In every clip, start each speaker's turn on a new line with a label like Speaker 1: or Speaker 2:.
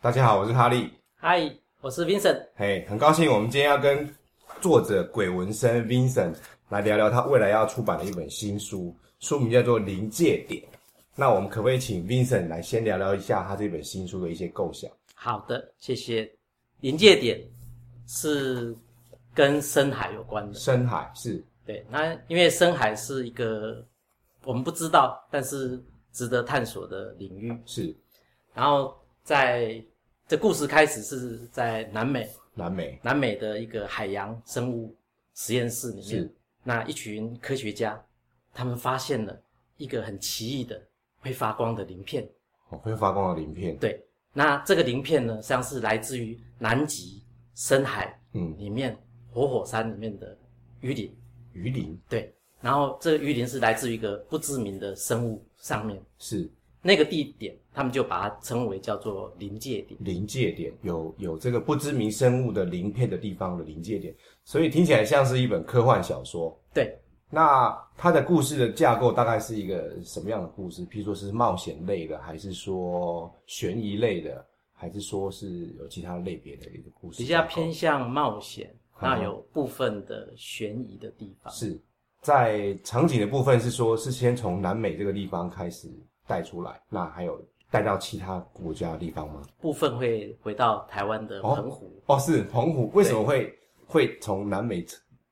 Speaker 1: 大家好，我是哈利。
Speaker 2: 嗨，我是 Vincent。
Speaker 1: 嘿、很高兴我们今天要跟作者鬼纹身 Vincent 来聊聊他未来要出版的一本新书，书名叫做《临界点》。那我们可不可以请 Vincent 来先聊聊一下他这本新书的一些构想？
Speaker 2: 好的，谢谢。临界点是跟深海有关的，
Speaker 1: 深海是
Speaker 2: 对。那因为深海是一个我们不知道，但是值得探索的领域。
Speaker 1: 是
Speaker 2: 然后在这故事开始是在南美，
Speaker 1: 南美
Speaker 2: 南美的一个海洋生物实验室里面
Speaker 1: 是，
Speaker 2: 那一群科学家他们发现了一个很奇异的会发光的鳞片。
Speaker 1: 哦会发光的鳞片，
Speaker 2: 对，那这个鳞片呢，实际上是来自于南极深海
Speaker 1: 嗯，
Speaker 2: 里面活火山里面的鱼鳞。
Speaker 1: 鱼鳞
Speaker 2: 对，然后这个鱼鳞是来自于一个不知名的生物上面
Speaker 1: 是
Speaker 2: 那个地点，他们就把它称为叫做临界点。
Speaker 1: 临界点，有有这个不知名生物的鳞片的地方的临界点，所以听起来像是一本科幻小说。
Speaker 2: 对，
Speaker 1: 那它的故事的架构大概是一个什么样的故事？譬如说是冒险类的，还是说悬疑类的，还是说是有其他类别的一个故事
Speaker 2: 比
Speaker 1: 架
Speaker 2: 较
Speaker 1: 构？
Speaker 2: 偏向冒险，
Speaker 1: 好
Speaker 2: 那有部分的悬疑的地方。
Speaker 1: 是在场景的部分是说，是先从南美这个地方开始带出来，那还有带到其他国家的地方吗？
Speaker 2: 部分会回到台湾的
Speaker 1: 哦
Speaker 2: 澎湖，
Speaker 1: 哦，是澎湖，为什么会会从南美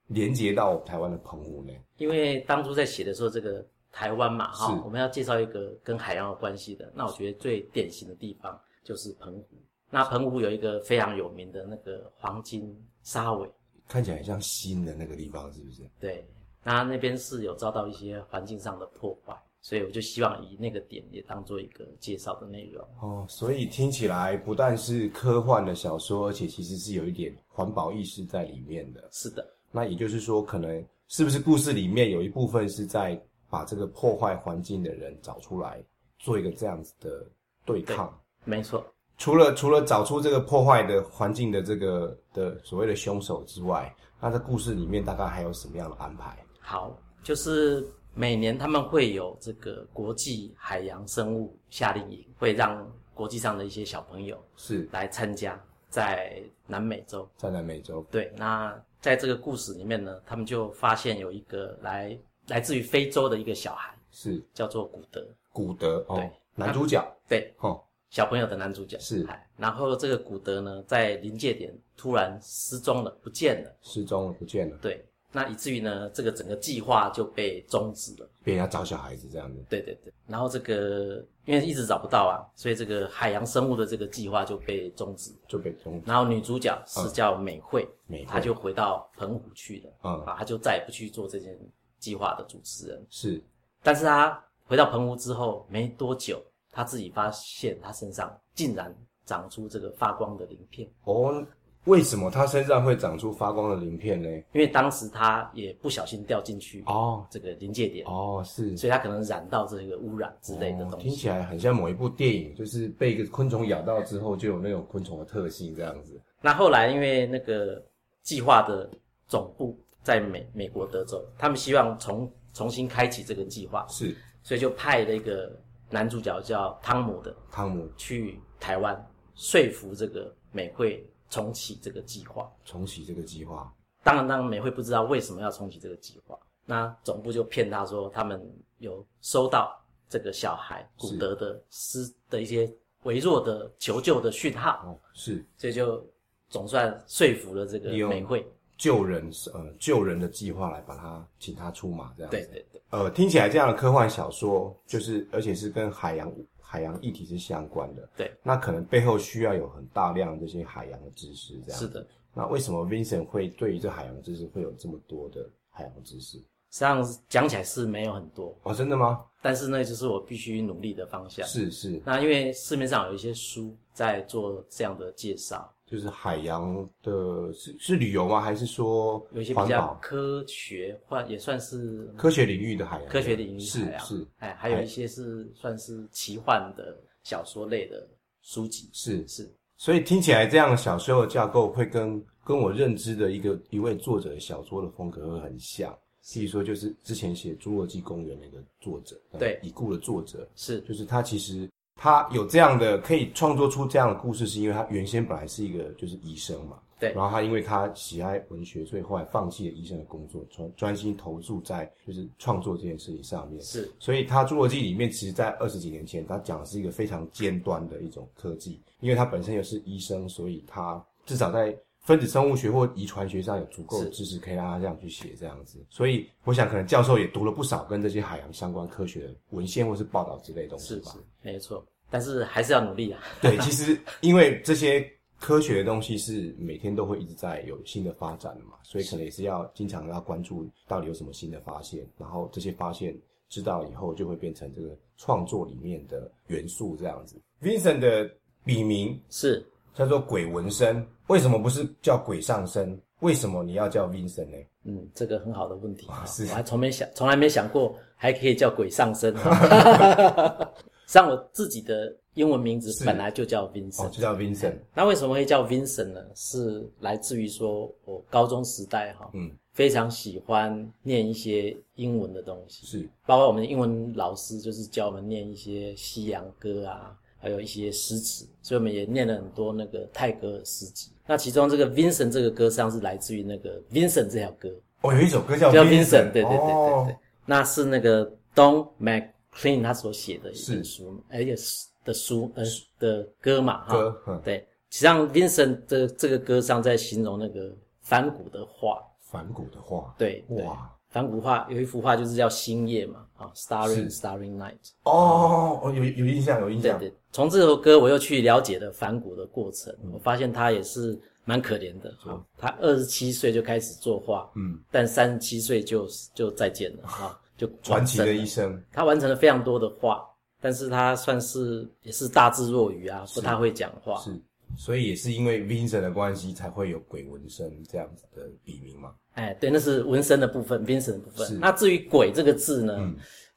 Speaker 1: 连接到台湾的澎湖呢？
Speaker 2: 因为当初在写的时候，这个台湾嘛，哈、
Speaker 1: 是
Speaker 2: 我们要介绍一个跟海洋有关系的。那我觉得最典型的地方就是澎湖。那澎湖有一个非常有名的那个黄金沙尾，
Speaker 1: 看起来像新的那个地方，是不是？
Speaker 2: 对，那那边是有遭到一些环境上的破坏，所以我就希望以那个点也当做一个介绍的内容。
Speaker 1: 哦，所以听起来不但是科幻的小说，而且其实是有一点环保意识在里面的。
Speaker 2: 是的，
Speaker 1: 那也就是说，可能是不是故事里面有一部分是在把这个破坏环境的人找出来，做一个这样子的对抗？
Speaker 2: 没错，
Speaker 1: 除了除了找出这个破坏的环境的这个的所谓的凶手之外，那这故事里面大概还有什么样的安排？
Speaker 2: 好，就是每年他们会有这个国际海洋生物夏令营，会让国际上的一些小朋友
Speaker 1: 是
Speaker 2: 来参加，在南美洲。
Speaker 1: 在南美洲
Speaker 2: 对，那在这个故事里面呢，他们就发现有一个来来自于非洲的一个小孩，
Speaker 1: 是
Speaker 2: 叫做古德，
Speaker 1: 古德哦
Speaker 2: 对，
Speaker 1: 男主角
Speaker 2: 对，
Speaker 1: 哦，
Speaker 2: 小朋友的男主角
Speaker 1: 是
Speaker 2: 哎然后这个古德呢，在临界点突然失踪了，不见了。
Speaker 1: 失踪了不见了，
Speaker 2: 对，那以至于呢，这个整个计划就被终止了。
Speaker 1: 被人家找小孩子这样子。
Speaker 2: 对对对，然后这个因为一直找不到啊，所以这个海洋生物的这个计划就被终止。
Speaker 1: 就被中
Speaker 2: 然后女主角是叫美惠，
Speaker 1: 嗯美惠
Speaker 2: 她就回到澎湖去了，
Speaker 1: 嗯
Speaker 2: 啊，她就再也不去做这件计划的主持人。
Speaker 1: 是
Speaker 2: 但是她回到澎湖之后没多久，她自己发现她身上竟然长出这个发光的鳞片，
Speaker 1: 哦，为什么他身上会长出发光的鳞片呢？
Speaker 2: 因为当时她也不小心掉进去
Speaker 1: 哦
Speaker 2: 这个临界点，
Speaker 1: 哦，是
Speaker 2: 所以她可能染到这个污染之类的
Speaker 1: 哦
Speaker 2: 东
Speaker 1: 听
Speaker 2: 西。
Speaker 1: 起来很像某一部电影，就是被一个昆虫咬到之后就有那种昆虫的特性这样子。
Speaker 2: 那后来因为那个计划的总部在美美国德州，他们希望重重新开启这个计划，
Speaker 1: 是
Speaker 2: 所以就派了一个男主角叫汤姆的
Speaker 1: 汤姆
Speaker 2: 去台湾说服这个美惠重启这个计划。
Speaker 1: 重启这个计划，
Speaker 2: 当然，当然美惠不知道为什么要重启这个计划，那总部就骗他说他们有收到这个小孩古
Speaker 1: 是
Speaker 2: 德的失的一些微弱的求救的讯号，
Speaker 1: 哦，是
Speaker 2: 所以就总算说服了这个
Speaker 1: 利用
Speaker 2: 美惠。
Speaker 1: 救人呃救人的计划来把他请他出马这样子。
Speaker 2: 对对对，
Speaker 1: 呃，听起来这样的科幻小说，就是而且是跟海洋海洋议题是相关的。
Speaker 2: 对，
Speaker 1: 那可能背后需要有很大量这些海洋的知识，这样
Speaker 2: 是的。
Speaker 1: 那为什么 Vincent 会对于这海洋知识会有这么多的海洋知识？
Speaker 2: 实际上讲起来是没有很多，
Speaker 1: 哦，真的吗？
Speaker 2: 但是那就是我必须努力的方向。
Speaker 1: 是是，
Speaker 2: 那因为市面上有一些书在做这样的介绍，
Speaker 1: 就是海洋的是是旅游吗？还是说
Speaker 2: 有一些比
Speaker 1: 环
Speaker 2: 较
Speaker 1: 保
Speaker 2: 科学或也算是
Speaker 1: 科学领域的海洋？
Speaker 2: 科学领域
Speaker 1: 是
Speaker 2: 海洋，
Speaker 1: 是
Speaker 2: 哎，还有一些是算是奇幻的小说类的书籍，
Speaker 1: 是，
Speaker 2: 是
Speaker 1: 所以听起来这样的小说的架构会跟跟我认知的一个一位作者的小说的风格会很像。譬如说，就是之前写《侏罗纪公园》那个作者，呃
Speaker 2: 对
Speaker 1: 已故的作者，
Speaker 2: 是
Speaker 1: 就是他其实他有这样的可以创作出这样的故事，是因为他原先本来是一个就是医生嘛，
Speaker 2: 对
Speaker 1: 然后他因为他喜爱文学，所以后来放弃了医生的工作，专专心投注在就是创作这件事情上面。
Speaker 2: 是
Speaker 1: 所以他《侏罗纪》里面，其实在二十几年前，他讲的是一个非常尖端的一种科技，因为他本身又是医生，所以他至少在分子生物学或遗传学上有足够的知
Speaker 2: 是
Speaker 1: 识，可以让他这样去写这样子。所以我想，可能教授也读了不少跟这些海洋相关科学的文献或是报道之类的东西
Speaker 2: 是
Speaker 1: 吧
Speaker 2: 是。，没错。但是还是要努力啊。
Speaker 1: 对，其实因为这些科学的东西是每天都会一直在有新的发展的嘛，所以可能也是要经常要关注到底有什么新的发现，然后这些发现知道以后就会变成这个创作里面的元素这样子。Vincent 的笔名
Speaker 2: 是
Speaker 1: 叫做鬼纹身，为什么不是叫鬼上身？为什么你要叫 Vincent 呢？
Speaker 2: 嗯，这个很好的问题，
Speaker 1: 是
Speaker 2: 我还从没想，从来没想过还可以叫鬼上身。啊 像我自己的英文名字
Speaker 1: 是
Speaker 2: 本来就叫
Speaker 1: 哦，
Speaker 2: Vincent，、
Speaker 1: 就叫 Vincent。
Speaker 2: 那为什么会叫 Vincent 呢？是来自于说我高中时代哈、
Speaker 1: 嗯，
Speaker 2: 非常喜欢念一些英文的东西，
Speaker 1: 是
Speaker 2: 包括我们的英文老师就是教我们念一些西洋歌啊，还有一些诗词，所以我们也念了很多那个泰戈尔诗集。那其中这个 Vincent 这个歌上是来自于那个 Vincent 这条歌，
Speaker 1: 哦，有一首歌叫
Speaker 2: 叫
Speaker 1: Vincent，
Speaker 2: Vincent，对对对对对
Speaker 1: 哦，
Speaker 2: 那是那个 Don McLean 他所写的一
Speaker 1: 是
Speaker 2: 本书嘛，而且是的书呃的歌嘛哈，
Speaker 1: 歌嗯
Speaker 2: 对，实际上 Vincent 的这个歌上在形容那个反骨的画，
Speaker 1: 反骨的话，
Speaker 2: 对对
Speaker 1: 哇，
Speaker 2: 反骨画有一幅画就是叫星夜嘛啊，Starry Starry Night，
Speaker 1: 哦，哦有有印象，有印
Speaker 2: 对
Speaker 1: 象，
Speaker 2: 对，从这首歌我又去了解了反骨的过程，
Speaker 1: 嗯
Speaker 2: 我发现他也是蛮可怜的哈，他二十七岁就开始作画，
Speaker 1: 嗯，
Speaker 2: 但三十七岁就就再见 了哈，就
Speaker 1: 传奇的
Speaker 2: 往生了
Speaker 1: 一生，
Speaker 2: 他完成了非常多的画，但是他算是也是大智若愚啊，不太会讲话。
Speaker 1: 是，所以也是因为 Vincent 的关系，才会有鬼纹身这样子的笔名嘛。
Speaker 2: 哎，对，那是纹身的部分，Vincent 的部
Speaker 1: 是嗯
Speaker 2: 分。那至于“鬼”这个字呢，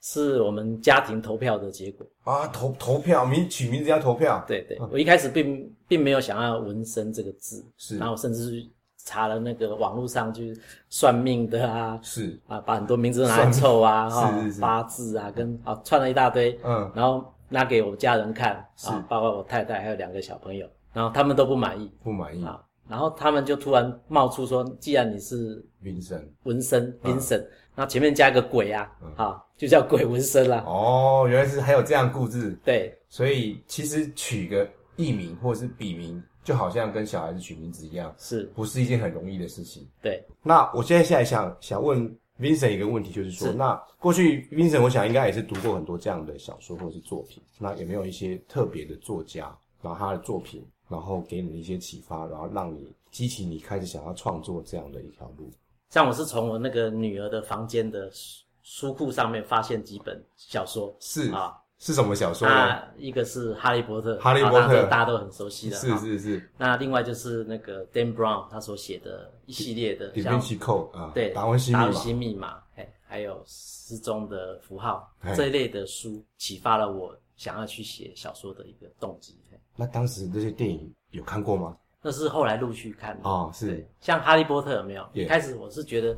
Speaker 2: 是我们家庭投票的结果。
Speaker 1: 啊，投投票名取名字要投票，
Speaker 2: 对对，我一开始并并没有想要纹身这个字，
Speaker 1: 是
Speaker 2: 然后甚至是查了那个网络上去算命的啊，
Speaker 1: 是
Speaker 2: 啊，把很多名字都拿来凑啊，
Speaker 1: 算命
Speaker 2: 哈
Speaker 1: 是是是
Speaker 2: 八字啊，跟啊串了一大堆，
Speaker 1: 嗯，
Speaker 2: 然后拿给我家人看，
Speaker 1: 是
Speaker 2: 啊，包括我太太还有两个小朋友，然后他们都不满意
Speaker 1: 不满意
Speaker 2: 啊，然后他们就突然冒出说，既然你是
Speaker 1: Vincent。
Speaker 2: 纹身
Speaker 1: 嗯
Speaker 2: 纹身，那前面加个鬼啊，啊，就叫鬼纹身啦，
Speaker 1: 哦，原来是还有这样故事，
Speaker 2: 对，
Speaker 1: 所以其实取个艺名或者是笔名，就好像跟小孩子取名字一样，
Speaker 2: 是，
Speaker 1: 不是一件很容易的事情。
Speaker 2: 对，
Speaker 1: 那我现在现在想想问 Vincent 一个问题，就是说，
Speaker 2: 是
Speaker 1: 那过去 Vincent 我想应该也是读过很多这样的小说或是作品，那有没有一些特别的作家，然后他的作品，然后给你一些启发，然后让你激起你开始想要创作这样的一条路？
Speaker 2: 像我是从我那个女儿的房间的书书库上面发现几本小说，
Speaker 1: 是
Speaker 2: 啊。
Speaker 1: 是什么小说呢？
Speaker 2: 那一个是《哈利波特》，
Speaker 1: 哈利波特
Speaker 2: 啊大家都大家都很熟悉的。
Speaker 1: 是
Speaker 2: 啊
Speaker 1: 是是，
Speaker 2: 那另外就是那个 Dan Brown 他所写的一系列的，
Speaker 1: 里
Speaker 2: 像
Speaker 1: 面去扣啊，
Speaker 2: 对
Speaker 1: 达文西密码，
Speaker 2: 密码，哎，还有失踪的符号
Speaker 1: 哎
Speaker 2: 这一类的书，启发了我想要去写小说的一个动机。哎
Speaker 1: 那当时这些电影有看过吗？
Speaker 2: 那是后来陆续看的，
Speaker 1: 哦，是
Speaker 2: 像《哈利波特》有没有？
Speaker 1: Yeah
Speaker 2: 一开始我是觉得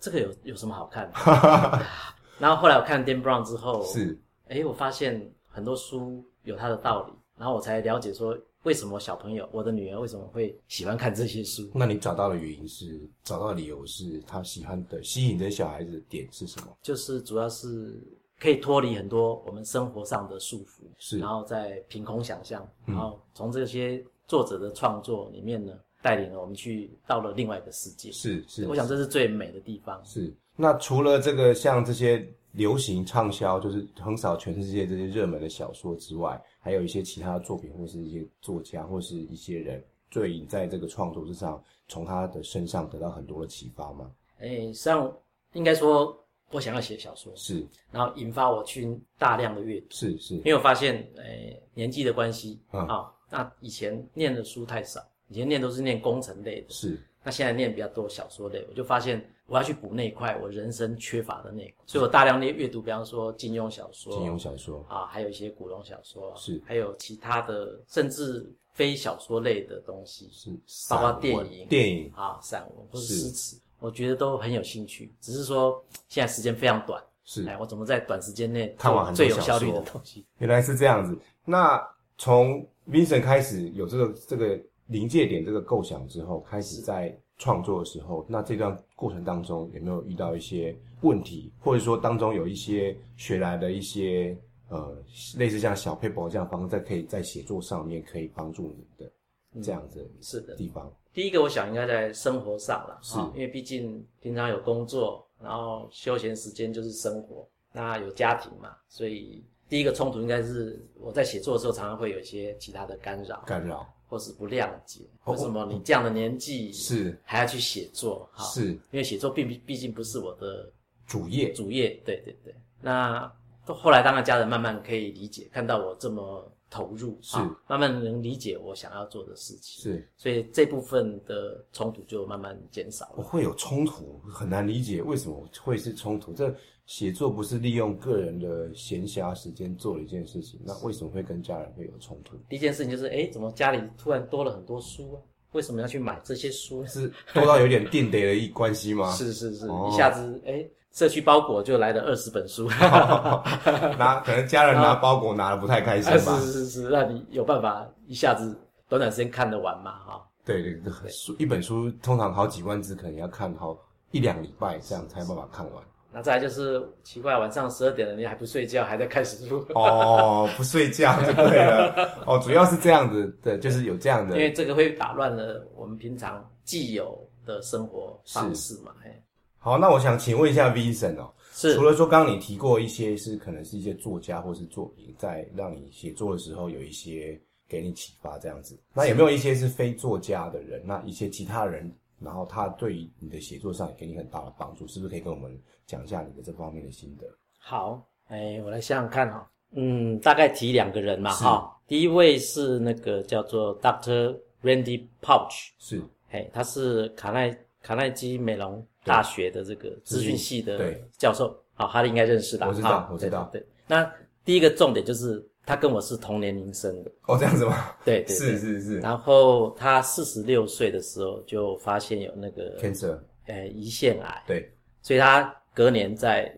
Speaker 2: 这个有有什么好看的， 然后后来我看 Dan Brown 之后，
Speaker 1: 是
Speaker 2: 哎，我发现很多书有它的道理，然后我才了解说为什么小朋友，我的女儿为什么会喜欢看这些书。
Speaker 1: 那你找到的原因是，找到的理由是他喜欢的吸引这些小孩子的点是什么？
Speaker 2: 就是主要是可以脱离很多我们生活上的束缚，
Speaker 1: 是嗯
Speaker 2: 然后再凭空想象，然后从这些作者的创作里面呢，带领了我们去到了另外一个世界。
Speaker 1: 是是，
Speaker 2: 我想这是最美的地方。
Speaker 1: 是，那除了这个像这些流行畅销，就是横扫全世界这些热门的小说之外，还有一些其他的作品，或是一些作家，或是一些人，对你在这个创作之上，从他的身上得到很多的启发吗？
Speaker 2: 哎，实际上应该说，我想要写小说，
Speaker 1: 是
Speaker 2: 然后引发我去大量的阅读，
Speaker 1: 是是
Speaker 2: 因为我发现，哎，年纪的关系啊、
Speaker 1: 嗯
Speaker 2: 那以前念的书太少，以前念都是念工程类的，
Speaker 1: 是，
Speaker 2: 那现在念比较多小说类，我就发现我要去补那一块我人生缺乏的那一块，所以我大量的阅读，比方说金庸小说，
Speaker 1: 金庸小说
Speaker 2: 啊，还有一些古龙小说，啊
Speaker 1: 是
Speaker 2: 还有其他的，甚至非小说类的东西
Speaker 1: 是，
Speaker 2: 包括
Speaker 1: 散
Speaker 2: 电
Speaker 1: 文
Speaker 2: 影
Speaker 1: 电影
Speaker 2: 啊、散文或
Speaker 1: 是
Speaker 2: 是诗词，我觉得都很有兴趣。只是说现在时间非常短，
Speaker 1: 是
Speaker 2: 哎，我怎么在短时间内
Speaker 1: 看完很多
Speaker 2: 最有效率
Speaker 1: 小
Speaker 2: 的
Speaker 1: 说
Speaker 2: 东西？
Speaker 1: 原来是这样子。那从 Vincent 开始有这个这个临界点这个构想之后，开始在创作的时候，那这段过程当中有没有遇到一些问题，或者说当中有一些学来的一些呃类似像小 paper 这样的方式，可以在写作上面可以帮助你
Speaker 2: 嗯
Speaker 1: 的这样子
Speaker 2: 是的，
Speaker 1: 地方？
Speaker 2: 第一个我想应该在生活上了，
Speaker 1: 是
Speaker 2: 啊因为毕竟平常有工作，然后休闲时间就是生活，那有家庭嘛，所以第一个冲突应该是我在写作的时候常常会有一些其他的干扰，
Speaker 1: 干扰
Speaker 2: 或是不谅解，
Speaker 1: 哦
Speaker 2: 为什么你这样的年纪
Speaker 1: 是
Speaker 2: 还要去写作？哈，
Speaker 1: 是
Speaker 2: 因为写作并毕竟不是我的
Speaker 1: 主业
Speaker 2: 主业，对对对。那后来当然家人慢慢可以理解，看到我这么投入，
Speaker 1: 是
Speaker 2: 啊慢慢能理解我想要做的事情。
Speaker 1: 是
Speaker 2: 所以这部分的冲突就慢慢减少
Speaker 1: 我
Speaker 2: 了。
Speaker 1: 会有冲突，很难理解为什么会是冲突。这写作不是利用个人的闲暇时间做的一件事情，那为什么会跟家人会有冲突？
Speaker 2: 第一件事情就是，哎，怎么家里突然多了很多书啊？为什么要去买这些书呢？
Speaker 1: 是多到有点定得的一关系吗？
Speaker 2: 是是是，
Speaker 1: 哦
Speaker 2: 一下子哎，社区包裹就来了二十本书，
Speaker 1: 哦拿可能家人拿包裹拿的不太开心
Speaker 2: 啊 是
Speaker 1: 吧？
Speaker 2: 是是是，那你有办法一下子短短时间看得完嘛？哈、
Speaker 1: 对对对，书一本书通常好几万字，可能要看好一两礼拜，这样才有办法看完。
Speaker 2: 那再来就是奇怪，晚上十二点了，你还不睡觉，还在看书，
Speaker 1: 哦，不睡觉就对了。哦，主要是这样子的，就是有这样
Speaker 2: 因
Speaker 1: 的
Speaker 2: 为这个会打乱了我们平常既有的生活方式嘛。哎，
Speaker 1: 好，那我想请问一下 Vincent 哦，
Speaker 2: 是
Speaker 1: 除了说刚刚你提过一些是可能是一些作家或是作品，在让你写作的时候有一些给你启发这样子，那有没有一些是非作家的人，那一些其他人，然后他对于你的写作上也给你很大的帮助，是不是可以跟我们讲一下你的这方面的心得？
Speaker 2: 好，哎，我来想想看哈、嗯，大概提两个人嘛
Speaker 1: 是
Speaker 2: 哈、第一位是那个叫做 Dr. Randy Pouch，
Speaker 1: 是
Speaker 2: 哎，他是卡耐卡耐基美容大学的这个资讯系的
Speaker 1: 对
Speaker 2: 教授，好，哈利应该认识吧？
Speaker 1: 我知道
Speaker 2: 哈
Speaker 1: 我知道
Speaker 2: 对对对那第一个重点就是他跟我是同年龄生的，
Speaker 1: 哦，这样子吗？
Speaker 2: 对对
Speaker 1: 是
Speaker 2: 对。
Speaker 1: 是是
Speaker 2: 然后他四十六岁的时候就发现有那个
Speaker 1: ，cancer
Speaker 2: 呃胰腺癌，
Speaker 1: 对
Speaker 2: 所以他隔年在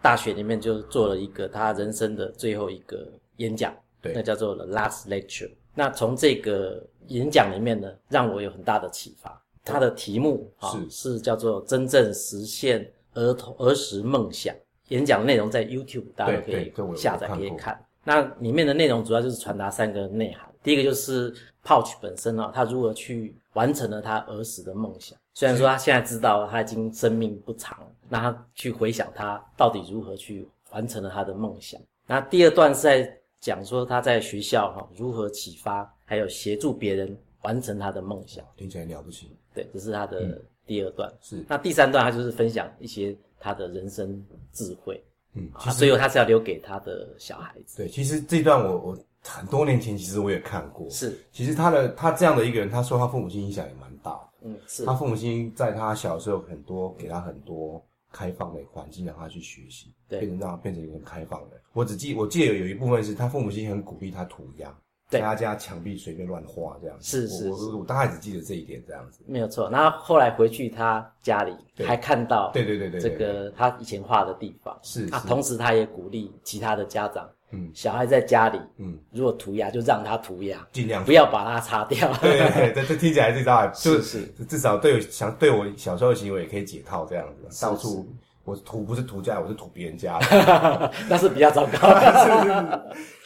Speaker 2: 大学里面就做了一个他人生的最后一个演讲，
Speaker 1: 对
Speaker 2: 那叫做 The Last Lecture。那从这个演讲里面呢，让我有很大的启发。他的题目啊、
Speaker 1: 是
Speaker 2: 是叫做“真正实现儿童儿时梦想”。演讲内容在 YouTube 大家都可
Speaker 1: 对对
Speaker 2: 以
Speaker 1: 这我有
Speaker 2: 下载
Speaker 1: 看
Speaker 2: 可以
Speaker 1: 过
Speaker 2: 看。那里面的内容主要就是传达三个内涵，第一个就是 Pouch 本身啊，他如何去完成了他儿时的梦想。虽然说他现在知道他已经生命不长了，那他去回想他到底如何去完成了他的梦想。那第二段是在讲说他在学校哈、如何启发，还有协助别人完成他的梦想。
Speaker 1: 听起来了不起，
Speaker 2: 对，这是他的第二段。
Speaker 1: 是
Speaker 2: 那第三段他就是分享一些他的人生智慧
Speaker 1: 嗯，
Speaker 2: 啊，所以他是要留给他的小孩子。
Speaker 1: 对，其实这段我我很多年前其实我也看过，
Speaker 2: 是，
Speaker 1: 其实他的他这样的一个人，他受他父母亲影响也蛮大的。
Speaker 2: 嗯，是
Speaker 1: 他父母亲在他小时候很多给他很多开放的环境，让他去学习，
Speaker 2: 对
Speaker 1: 变成让他变成一个很开放的人。我只记我记得有一部分是他父母亲很鼓励他涂鸦，
Speaker 2: 对
Speaker 1: 在他家墙壁随便乱画这样子。
Speaker 2: 是是
Speaker 1: 我我我大概只记得这一点这样子。
Speaker 2: 没有错。那后来回去他家里
Speaker 1: 对
Speaker 2: 还看到
Speaker 1: 对对对对
Speaker 2: 这
Speaker 1: 对
Speaker 2: 个他以前画的地方，
Speaker 1: 是
Speaker 2: 啊
Speaker 1: 是，
Speaker 2: 同时他也鼓励其他的家长，
Speaker 1: 嗯
Speaker 2: 小孩在家里，
Speaker 1: 嗯，
Speaker 2: 如果涂鸦就让他涂鸦，
Speaker 1: 尽量
Speaker 2: 不要把它擦掉。
Speaker 1: 对对对，这这听起来至少就是
Speaker 2: 是
Speaker 1: 至少对我想对我小时候的行为也可以解套这样子，
Speaker 2: 是
Speaker 1: 到处。我涂不是涂家，我是涂别人家的。
Speaker 2: 那是比较糟糕。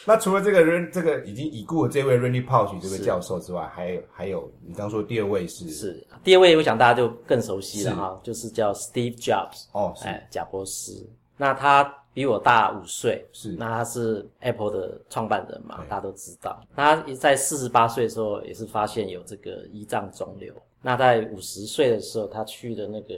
Speaker 1: 那除了这个 Ren 这个已经已故的这位 Randy Pouch 这位教授之外，还有还有你刚说第二位是
Speaker 2: 是第二位，我想大家就更熟悉了哈，就是叫 Steve Jobs，
Speaker 1: 哦是
Speaker 2: 哎，贾伯斯。那他比我大五岁，
Speaker 1: 是
Speaker 2: 那他是 Apple 的创办人嘛，大家都知道。那他在四十八岁的时候，也是发现有这个胰脏肿瘤。那在五十岁的时候，他去了那个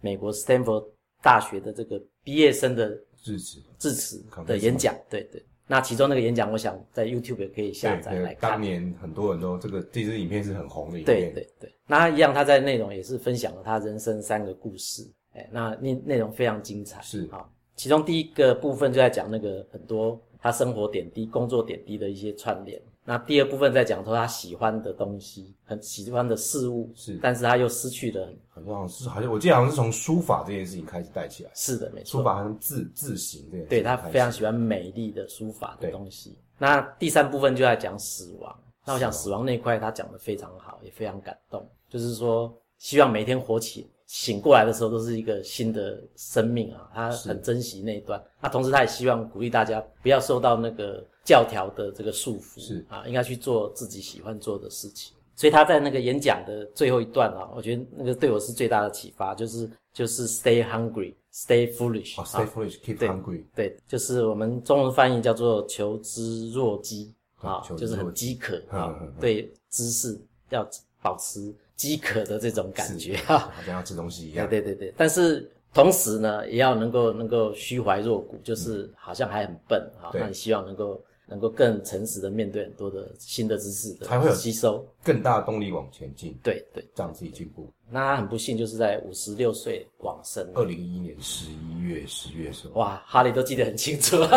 Speaker 2: 美国 Stanford 大学的这个毕业生的
Speaker 1: 支持
Speaker 2: 致辞
Speaker 1: Conference
Speaker 2: 的演讲，对对。那其中那个演讲，我想在 YouTube 也可以下
Speaker 1: 对
Speaker 2: 载来
Speaker 1: 对，
Speaker 2: 看
Speaker 1: 当。年很多人都这个这支影片是很红的影
Speaker 2: 对
Speaker 1: 片，
Speaker 2: 对对，那他一样，他在内容也是分享了他人生三个故事，哎，那内内容非常精彩，
Speaker 1: 是
Speaker 2: 好，其中第一个部分就在讲那个很多他生活点滴、工作点滴的一些串联。那第二部分在讲说他喜欢的东西，很喜欢的事物，
Speaker 1: 是
Speaker 2: 但是他又失去了。
Speaker 1: 好像是好像我记得好像是从书法这件事情开始带起来，
Speaker 2: 是的，没错
Speaker 1: 书。法和字字形这件事情
Speaker 2: 对他
Speaker 1: 开始哦
Speaker 2: 非常喜欢美丽的书法的
Speaker 1: 对
Speaker 2: 东西。那第三部分就在讲死亡，那我想死亡那一块他讲的非常好，也非常感动，就是说希望每天活起。醒过来的时候都是一个新的生命啊，他很珍惜那一段。那同时他也希望鼓励大家不要受到那个教条的这个束缚，
Speaker 1: 是
Speaker 2: 啊，应该去做自己喜欢做的事情。所以他在那个演讲的最后一段啊，我觉得那个对我是最大的启发，就是就是 stay hungry, stay foolish，、
Speaker 1: 哦，stay foolish, keep
Speaker 2: 对
Speaker 1: hungry，
Speaker 2: 对，就是我们中文翻译叫做“求知若饥”啊
Speaker 1: 求，之
Speaker 2: 就是很
Speaker 1: 若
Speaker 2: 饥渴啊
Speaker 1: 嗯嗯嗯，
Speaker 2: 对知识要保持饥渴的这种感觉
Speaker 1: 是
Speaker 2: 啊。
Speaker 1: 好像要吃东西一
Speaker 2: 对
Speaker 1: 样，
Speaker 2: 对对对，但是同时呢，也要能够能够虚怀若谷，就是好像还很笨啊，
Speaker 1: 对
Speaker 2: 那你希望能够能够更诚实的面对很多的新的知识
Speaker 1: 才会有
Speaker 2: 的吸收。
Speaker 1: 更大的动力往前进，
Speaker 2: 对对，
Speaker 1: 让自己进步。
Speaker 2: 那他很不幸就是在五十六岁往生了。
Speaker 1: 二零一一年十一月、十月的时候，
Speaker 2: 哇，哈利都记得很清楚，
Speaker 1: 嗯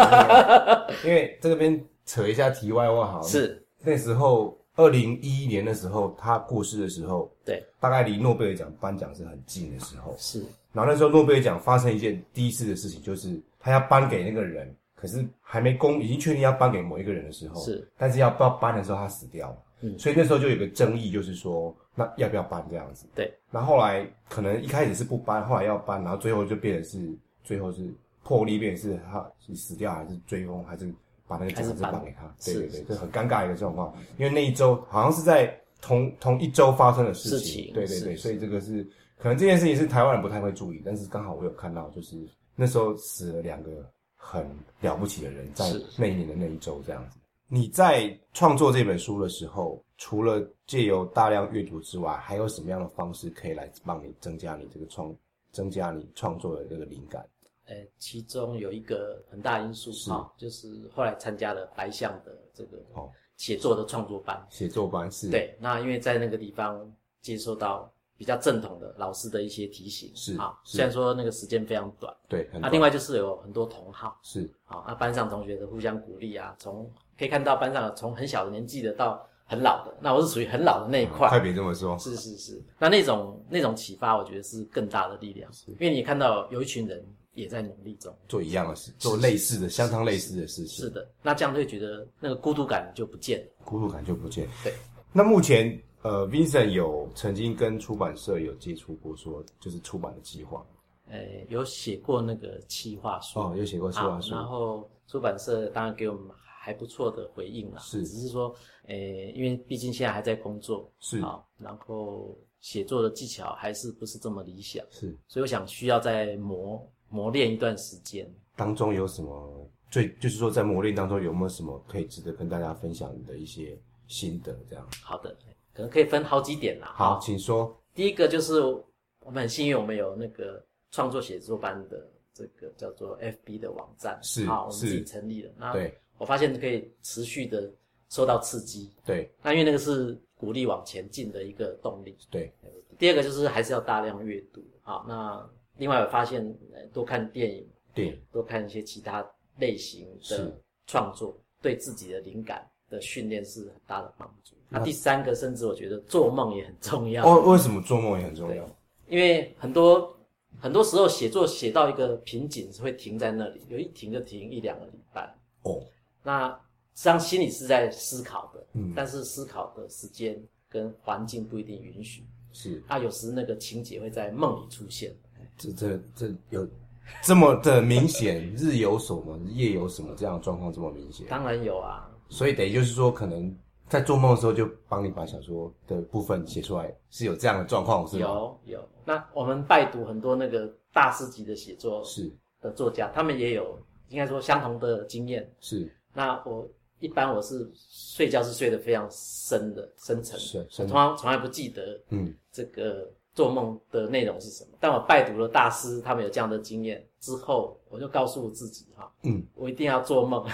Speaker 1: 因为这边扯一下题外话好了，
Speaker 2: 是
Speaker 1: 那时候二零一一年的时候，他过世的时候，
Speaker 2: 对
Speaker 1: 大概离诺贝尔奖颁奖是很近的时候。
Speaker 2: 是
Speaker 1: 然后那时候诺贝尔奖发生一件第一次的事情，就是他要颁给那个人，可是还没公，已经确定要颁给某一个人的时候，
Speaker 2: 是，
Speaker 1: 但是要不要颁的时候他死掉了，
Speaker 2: 嗯
Speaker 1: 所以那时候就有个争议，就是说那要不要颁这样子？
Speaker 2: 对，
Speaker 1: 那后来可能一开始是不搬，后来要搬，然后最后就变成是最后是破例，变成是他是死掉还是追风，还是把那个奖
Speaker 2: 还
Speaker 1: 是
Speaker 2: 是搬
Speaker 1: 颁给他？对
Speaker 2: 是
Speaker 1: 对对，
Speaker 2: 是
Speaker 1: 这很尴尬的一个状况，因为那一周好像是在同同一周发生的事
Speaker 2: 事情
Speaker 1: 对对
Speaker 2: 是
Speaker 1: 对，
Speaker 2: 是
Speaker 1: 所以这个是可能这件事情是台湾人不太会注意，但是刚好我有看到，就是那时候死了两个很了不起的人，在
Speaker 2: 是
Speaker 1: 那一年的那一周这样子。你在创作这本书的时候，除了借由大量阅读之外，还有什么样的方式可以来帮你增加你这个创，增加你创作的这个灵感？
Speaker 2: 呃，其中有一个很大因素
Speaker 1: 是
Speaker 2: 啊、就是后来参加了白象的这个
Speaker 1: 哦
Speaker 2: 写作的创作班。
Speaker 1: 写作班是，
Speaker 2: 对，那因为在那个地方接受到比较正统的老师的一些提醒，
Speaker 1: 是
Speaker 2: 啊，
Speaker 1: 是
Speaker 2: 虽然说那个时间非常短，
Speaker 1: 对，很
Speaker 2: 那、
Speaker 1: 短
Speaker 2: 啊另外就是有很多同好
Speaker 1: 是
Speaker 2: 啊，那班上同学的互相鼓励啊，从可以看到班上有从很小的年纪的到很老的，那我是属于很老的那一块，
Speaker 1: 快别这么说，
Speaker 2: 是是是，那那种那种启发，我觉得是更大的力量，因为你看到有一群人也在努力中。
Speaker 1: 做一样的事，做类似的，相当类似的事情，
Speaker 2: 是的，那这样会觉得那个孤独感就不见了。
Speaker 1: 孤独感就不见。
Speaker 2: 对，
Speaker 1: 那目前呃，Vincent 有曾经跟出版社有接触过说，就是出版的计划
Speaker 2: 呃，有写过那个企划书，
Speaker 1: 哦，有写过计
Speaker 2: 啊
Speaker 1: 划，书，
Speaker 2: 然后出版社当然给我们还不错的回应啦，
Speaker 1: 是
Speaker 2: 只是说，呃，因为毕竟现在还在工作，
Speaker 1: 是
Speaker 2: 啊，然后写作的技巧还是不是这么理想，
Speaker 1: 是
Speaker 2: 所以我想需要再磨磨练一段时间。
Speaker 1: 当中有什么最就是说在磨练当中有没有什么可以值得跟大家分享你的一些心得？这样
Speaker 2: 好的，可能可以分好几点啦。
Speaker 1: 好，
Speaker 2: 啊
Speaker 1: 请说。
Speaker 2: 第一个就是我们很幸运，我们有那个创作写作班的这个叫做 FB 的网站，
Speaker 1: 是
Speaker 2: 啊，我们
Speaker 1: 是
Speaker 2: 自己成立的。那
Speaker 1: 对
Speaker 2: 我发现可以持续的受到刺激，
Speaker 1: 对
Speaker 2: 那因为那个是鼓励往前进的一个动力。
Speaker 1: 对，
Speaker 2: 第二个就是还是要大量阅读，好，那另外我发现呃多看电影，
Speaker 1: 电影
Speaker 2: 多看一些其他类型
Speaker 1: 是
Speaker 2: 的创作，对自己的灵感的训练是很大的帮助。那
Speaker 1: 那
Speaker 2: 第三个，甚至我觉得做梦也很重要。
Speaker 1: 哦，为什么做梦也很重要？
Speaker 2: 因为很多很多时候写作写到一个瓶颈是会停在那里，有一停就停一两个礼拜。
Speaker 1: 哦，
Speaker 2: 那实际上心里是在思考的，
Speaker 1: 嗯
Speaker 2: 但是思考的时间跟环境不一定允许。
Speaker 1: 是
Speaker 2: 啊，有时那个情节会在梦里出现。
Speaker 1: 这这这有这么的明显，日有所么，夜有什么这样的状况这么明显，
Speaker 2: 当然有啊，
Speaker 1: 所以等于就是说，可能在做梦的时候就帮你把小说的部分写出来，是有这样的状况是吗？
Speaker 2: 有有。那我们拜读很多那个大师级的写作
Speaker 1: 是
Speaker 2: 的作家，他们也有应该说相同的经验。
Speaker 1: 是
Speaker 2: 那我一般我是睡觉是睡得非常深的、深沉
Speaker 1: 是
Speaker 2: 的，
Speaker 1: 深
Speaker 2: 我通常从来不记得
Speaker 1: 嗯
Speaker 2: 这个做梦的内容是什么。但我拜读了大师，他们有这样的经验之后，我就告诉我自己哈、
Speaker 1: 嗯，
Speaker 2: 我一定要做梦，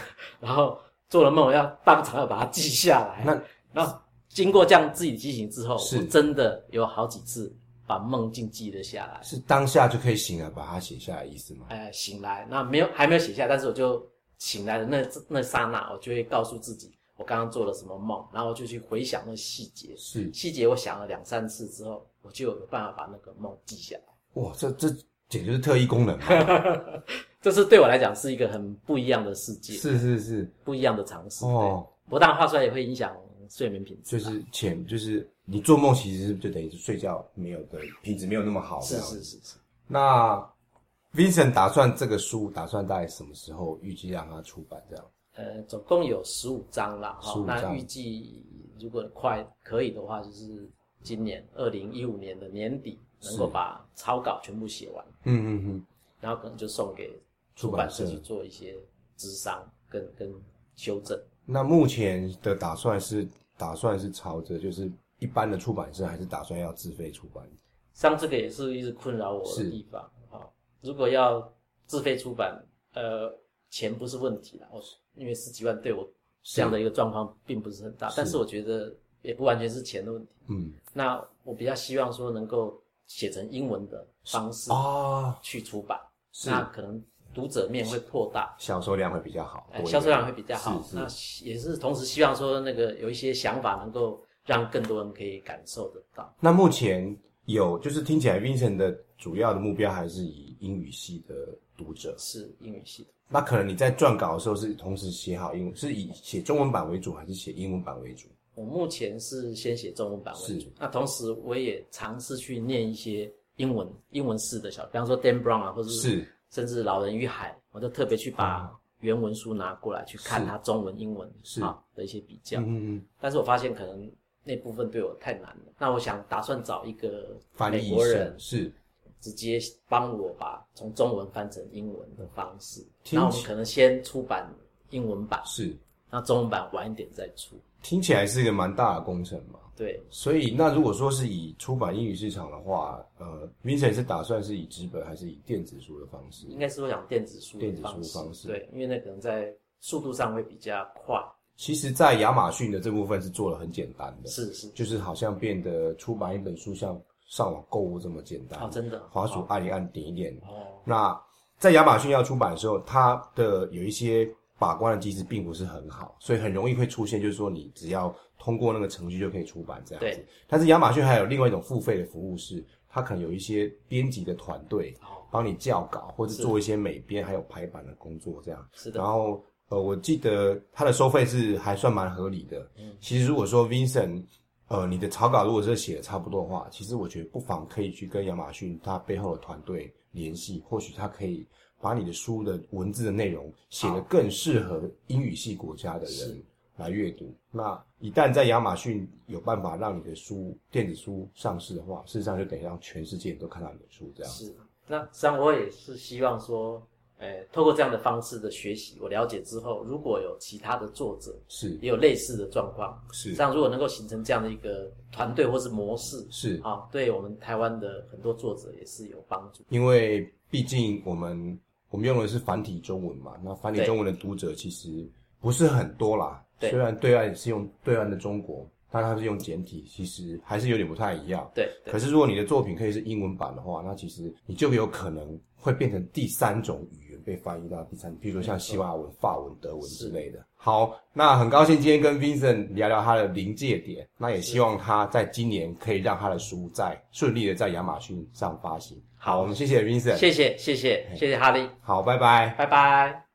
Speaker 2: 然后做了梦，我要当场要把它记下来。
Speaker 1: 那
Speaker 2: 然后经过这样自己提醒之后，
Speaker 1: 是
Speaker 2: 我真的有好几次把梦境记了下来。
Speaker 1: 是当下就可以醒来把它写下来的意思吗？
Speaker 2: 呃，醒来，那没有还没有写下，但是我就醒来的那那刹那，我就会告诉自己，我刚刚做了什么梦，然后我就去回想那个细节，
Speaker 1: 是
Speaker 2: 细节我想了两三次之后，我就有办法把那个梦记下来。
Speaker 1: 哇，这这简直是特异功能啊 嘛！
Speaker 2: 这是对我来讲是一个很不一样的世界，
Speaker 1: 是是是，
Speaker 2: 不一样的尝试。哦，
Speaker 1: 哦，
Speaker 2: 不但画出来也会影响睡眠品质
Speaker 1: 就
Speaker 2: 啊，
Speaker 1: 是浅，就是你做梦其实就等于是睡觉没有的品质没有那么好。这
Speaker 2: 是
Speaker 1: 样
Speaker 2: 是是是。
Speaker 1: 那 Vincent 打算这个书打算在什么时候预计让它出版？这样
Speaker 2: 呃，总共有十五章啦，哈、
Speaker 1: 15
Speaker 2: 那
Speaker 1: 章
Speaker 2: 预计如果快可以的话，就是今年二零一五年的年底能够
Speaker 1: 是
Speaker 2: 把草稿全部写完，
Speaker 1: 嗯嗯嗯，
Speaker 2: 然后可能就送给
Speaker 1: 出
Speaker 2: 出
Speaker 1: 版
Speaker 2: 版
Speaker 1: 社
Speaker 2: 社去做一些智商跟跟修正。
Speaker 1: 那目前的打算是打算是朝着就是一般的出版社，还是打算要自费出版？
Speaker 2: 像这个也是一直困扰我的
Speaker 1: 是
Speaker 2: 地方啊、哈如果要自费出版，呃，钱不是问题啦，我因为十几万对我这样的一个状况并不是很大，但是我觉得也不完全是钱的问题。
Speaker 1: 嗯
Speaker 2: 那我比较希望说能够写成英文的方式
Speaker 1: 啊，
Speaker 2: 去出版，
Speaker 1: 是
Speaker 2: 那可能读者面会扩大，
Speaker 1: 销售量会比较好，
Speaker 2: 哎
Speaker 1: 多一点
Speaker 2: 销售量会比较好。
Speaker 1: 是是
Speaker 2: 那也是同时希望说那个有一些想法能够让更多人可以感受得到。
Speaker 1: 那目前有就是听起来 Vincent 的主要的目标还是以英语系的读者，
Speaker 2: 是英语系的，
Speaker 1: 那可能你在撰稿的时候是同时写好英文，是以写中文版为主还是写英文版为主？
Speaker 2: 我目前是先写中文版为
Speaker 1: 是
Speaker 2: 主，那同时我也尝试去念一些英文英文式的小，比方说 Dan Brown 啊，或者
Speaker 1: 是啊
Speaker 2: 甚至《老人与海》，我都特别去把原文书拿过来去看
Speaker 1: 是
Speaker 2: 它中文、英文
Speaker 1: 是
Speaker 2: 啊的一些比较。
Speaker 1: 嗯嗯
Speaker 2: 但是我发现可能那部分对我太难了。那我想打算找一个
Speaker 1: 翻
Speaker 2: 美
Speaker 1: 译
Speaker 2: 国人
Speaker 1: 生，是
Speaker 2: 直接帮我把从中文翻成英文的方式。
Speaker 1: 听起
Speaker 2: 那我们可能先出版英文版，
Speaker 1: 是，
Speaker 2: 那中文版晚一点再出。
Speaker 1: 听起来是一个蛮大的工程嘛。
Speaker 2: 对，
Speaker 1: 所以，那如果说是以出版英语市场的话，呃，Vincent 是打算是以纸本还是以电子书的方式？
Speaker 2: 应该是我想电子书的
Speaker 1: 电子书
Speaker 2: 方式。
Speaker 1: 方式
Speaker 2: 对，因为那可能在速度上会比较快。
Speaker 1: 其实，在亚马逊的这部分是做的很简单的，
Speaker 2: 是是，
Speaker 1: 就是好像变得出版一本书像上网购物这么简单。
Speaker 2: 哦，真的。
Speaker 1: 滑鼠按一按，点一点。
Speaker 2: 哦，
Speaker 1: 那在亚马逊要出版的时候，它的有一些把关的机制并不是很好，所以很容易会出现，就是说你只要通过那个程序就可以出版这样子
Speaker 2: 对。
Speaker 1: 但是亚马逊还有另外一种付费的服务是，它可能有一些编辑的团队
Speaker 2: 哦
Speaker 1: 帮你校稿，或者
Speaker 2: 是
Speaker 1: 做一些美编还有排版的工作这样。
Speaker 2: 是的
Speaker 1: 然。后呃，我记得它的收费是还算蛮合理的。
Speaker 2: 嗯
Speaker 1: 其实如果说 Vincent，呃，你的草稿如果是写的差不多的话，其实我觉得不妨可以去跟亚马逊它背后的团队联系，或许他可以把你的书的文字的内容写得更适合英语系国家的人
Speaker 2: 是。
Speaker 1: 来阅读。那一旦在亚马逊有办法让你的书电子书上市的话，事实上就等于让全世界人都看到你的书，这样
Speaker 2: 是，那实际上我也是希望说，呃，透过这样的方式的学习，我了解之后，如果有其他的作者
Speaker 1: 是
Speaker 2: 也有类似的状况，实
Speaker 1: 是
Speaker 2: 际上如果能够形成这样的一个团队或是模式，
Speaker 1: 是
Speaker 2: 啊，对我们台湾的很多作者也是有帮助。
Speaker 1: 因为毕竟我们我们用的是繁体中文嘛，那繁体
Speaker 2: 对
Speaker 1: 中文的读者其实不是很多啦。
Speaker 2: 对
Speaker 1: 虽然对岸是用对岸的中国，但它是用简体，其实还是有点不太一样。
Speaker 2: 对对
Speaker 1: 可是如果你的作品可以是英文版的话，那其实你就有可能会变成第三种语言被翻译到第三，比如说像西班牙文、法文、德文之类的。好，那很高兴今天跟 Vincent 聊聊他的临界点，那也希望他在今年可以让他的书在顺利的在亚马逊上发行。好，我们谢谢 Vincent，
Speaker 2: 谢谢谢谢谢谢哈利，
Speaker 1: 好，拜拜。
Speaker 2: 拜拜。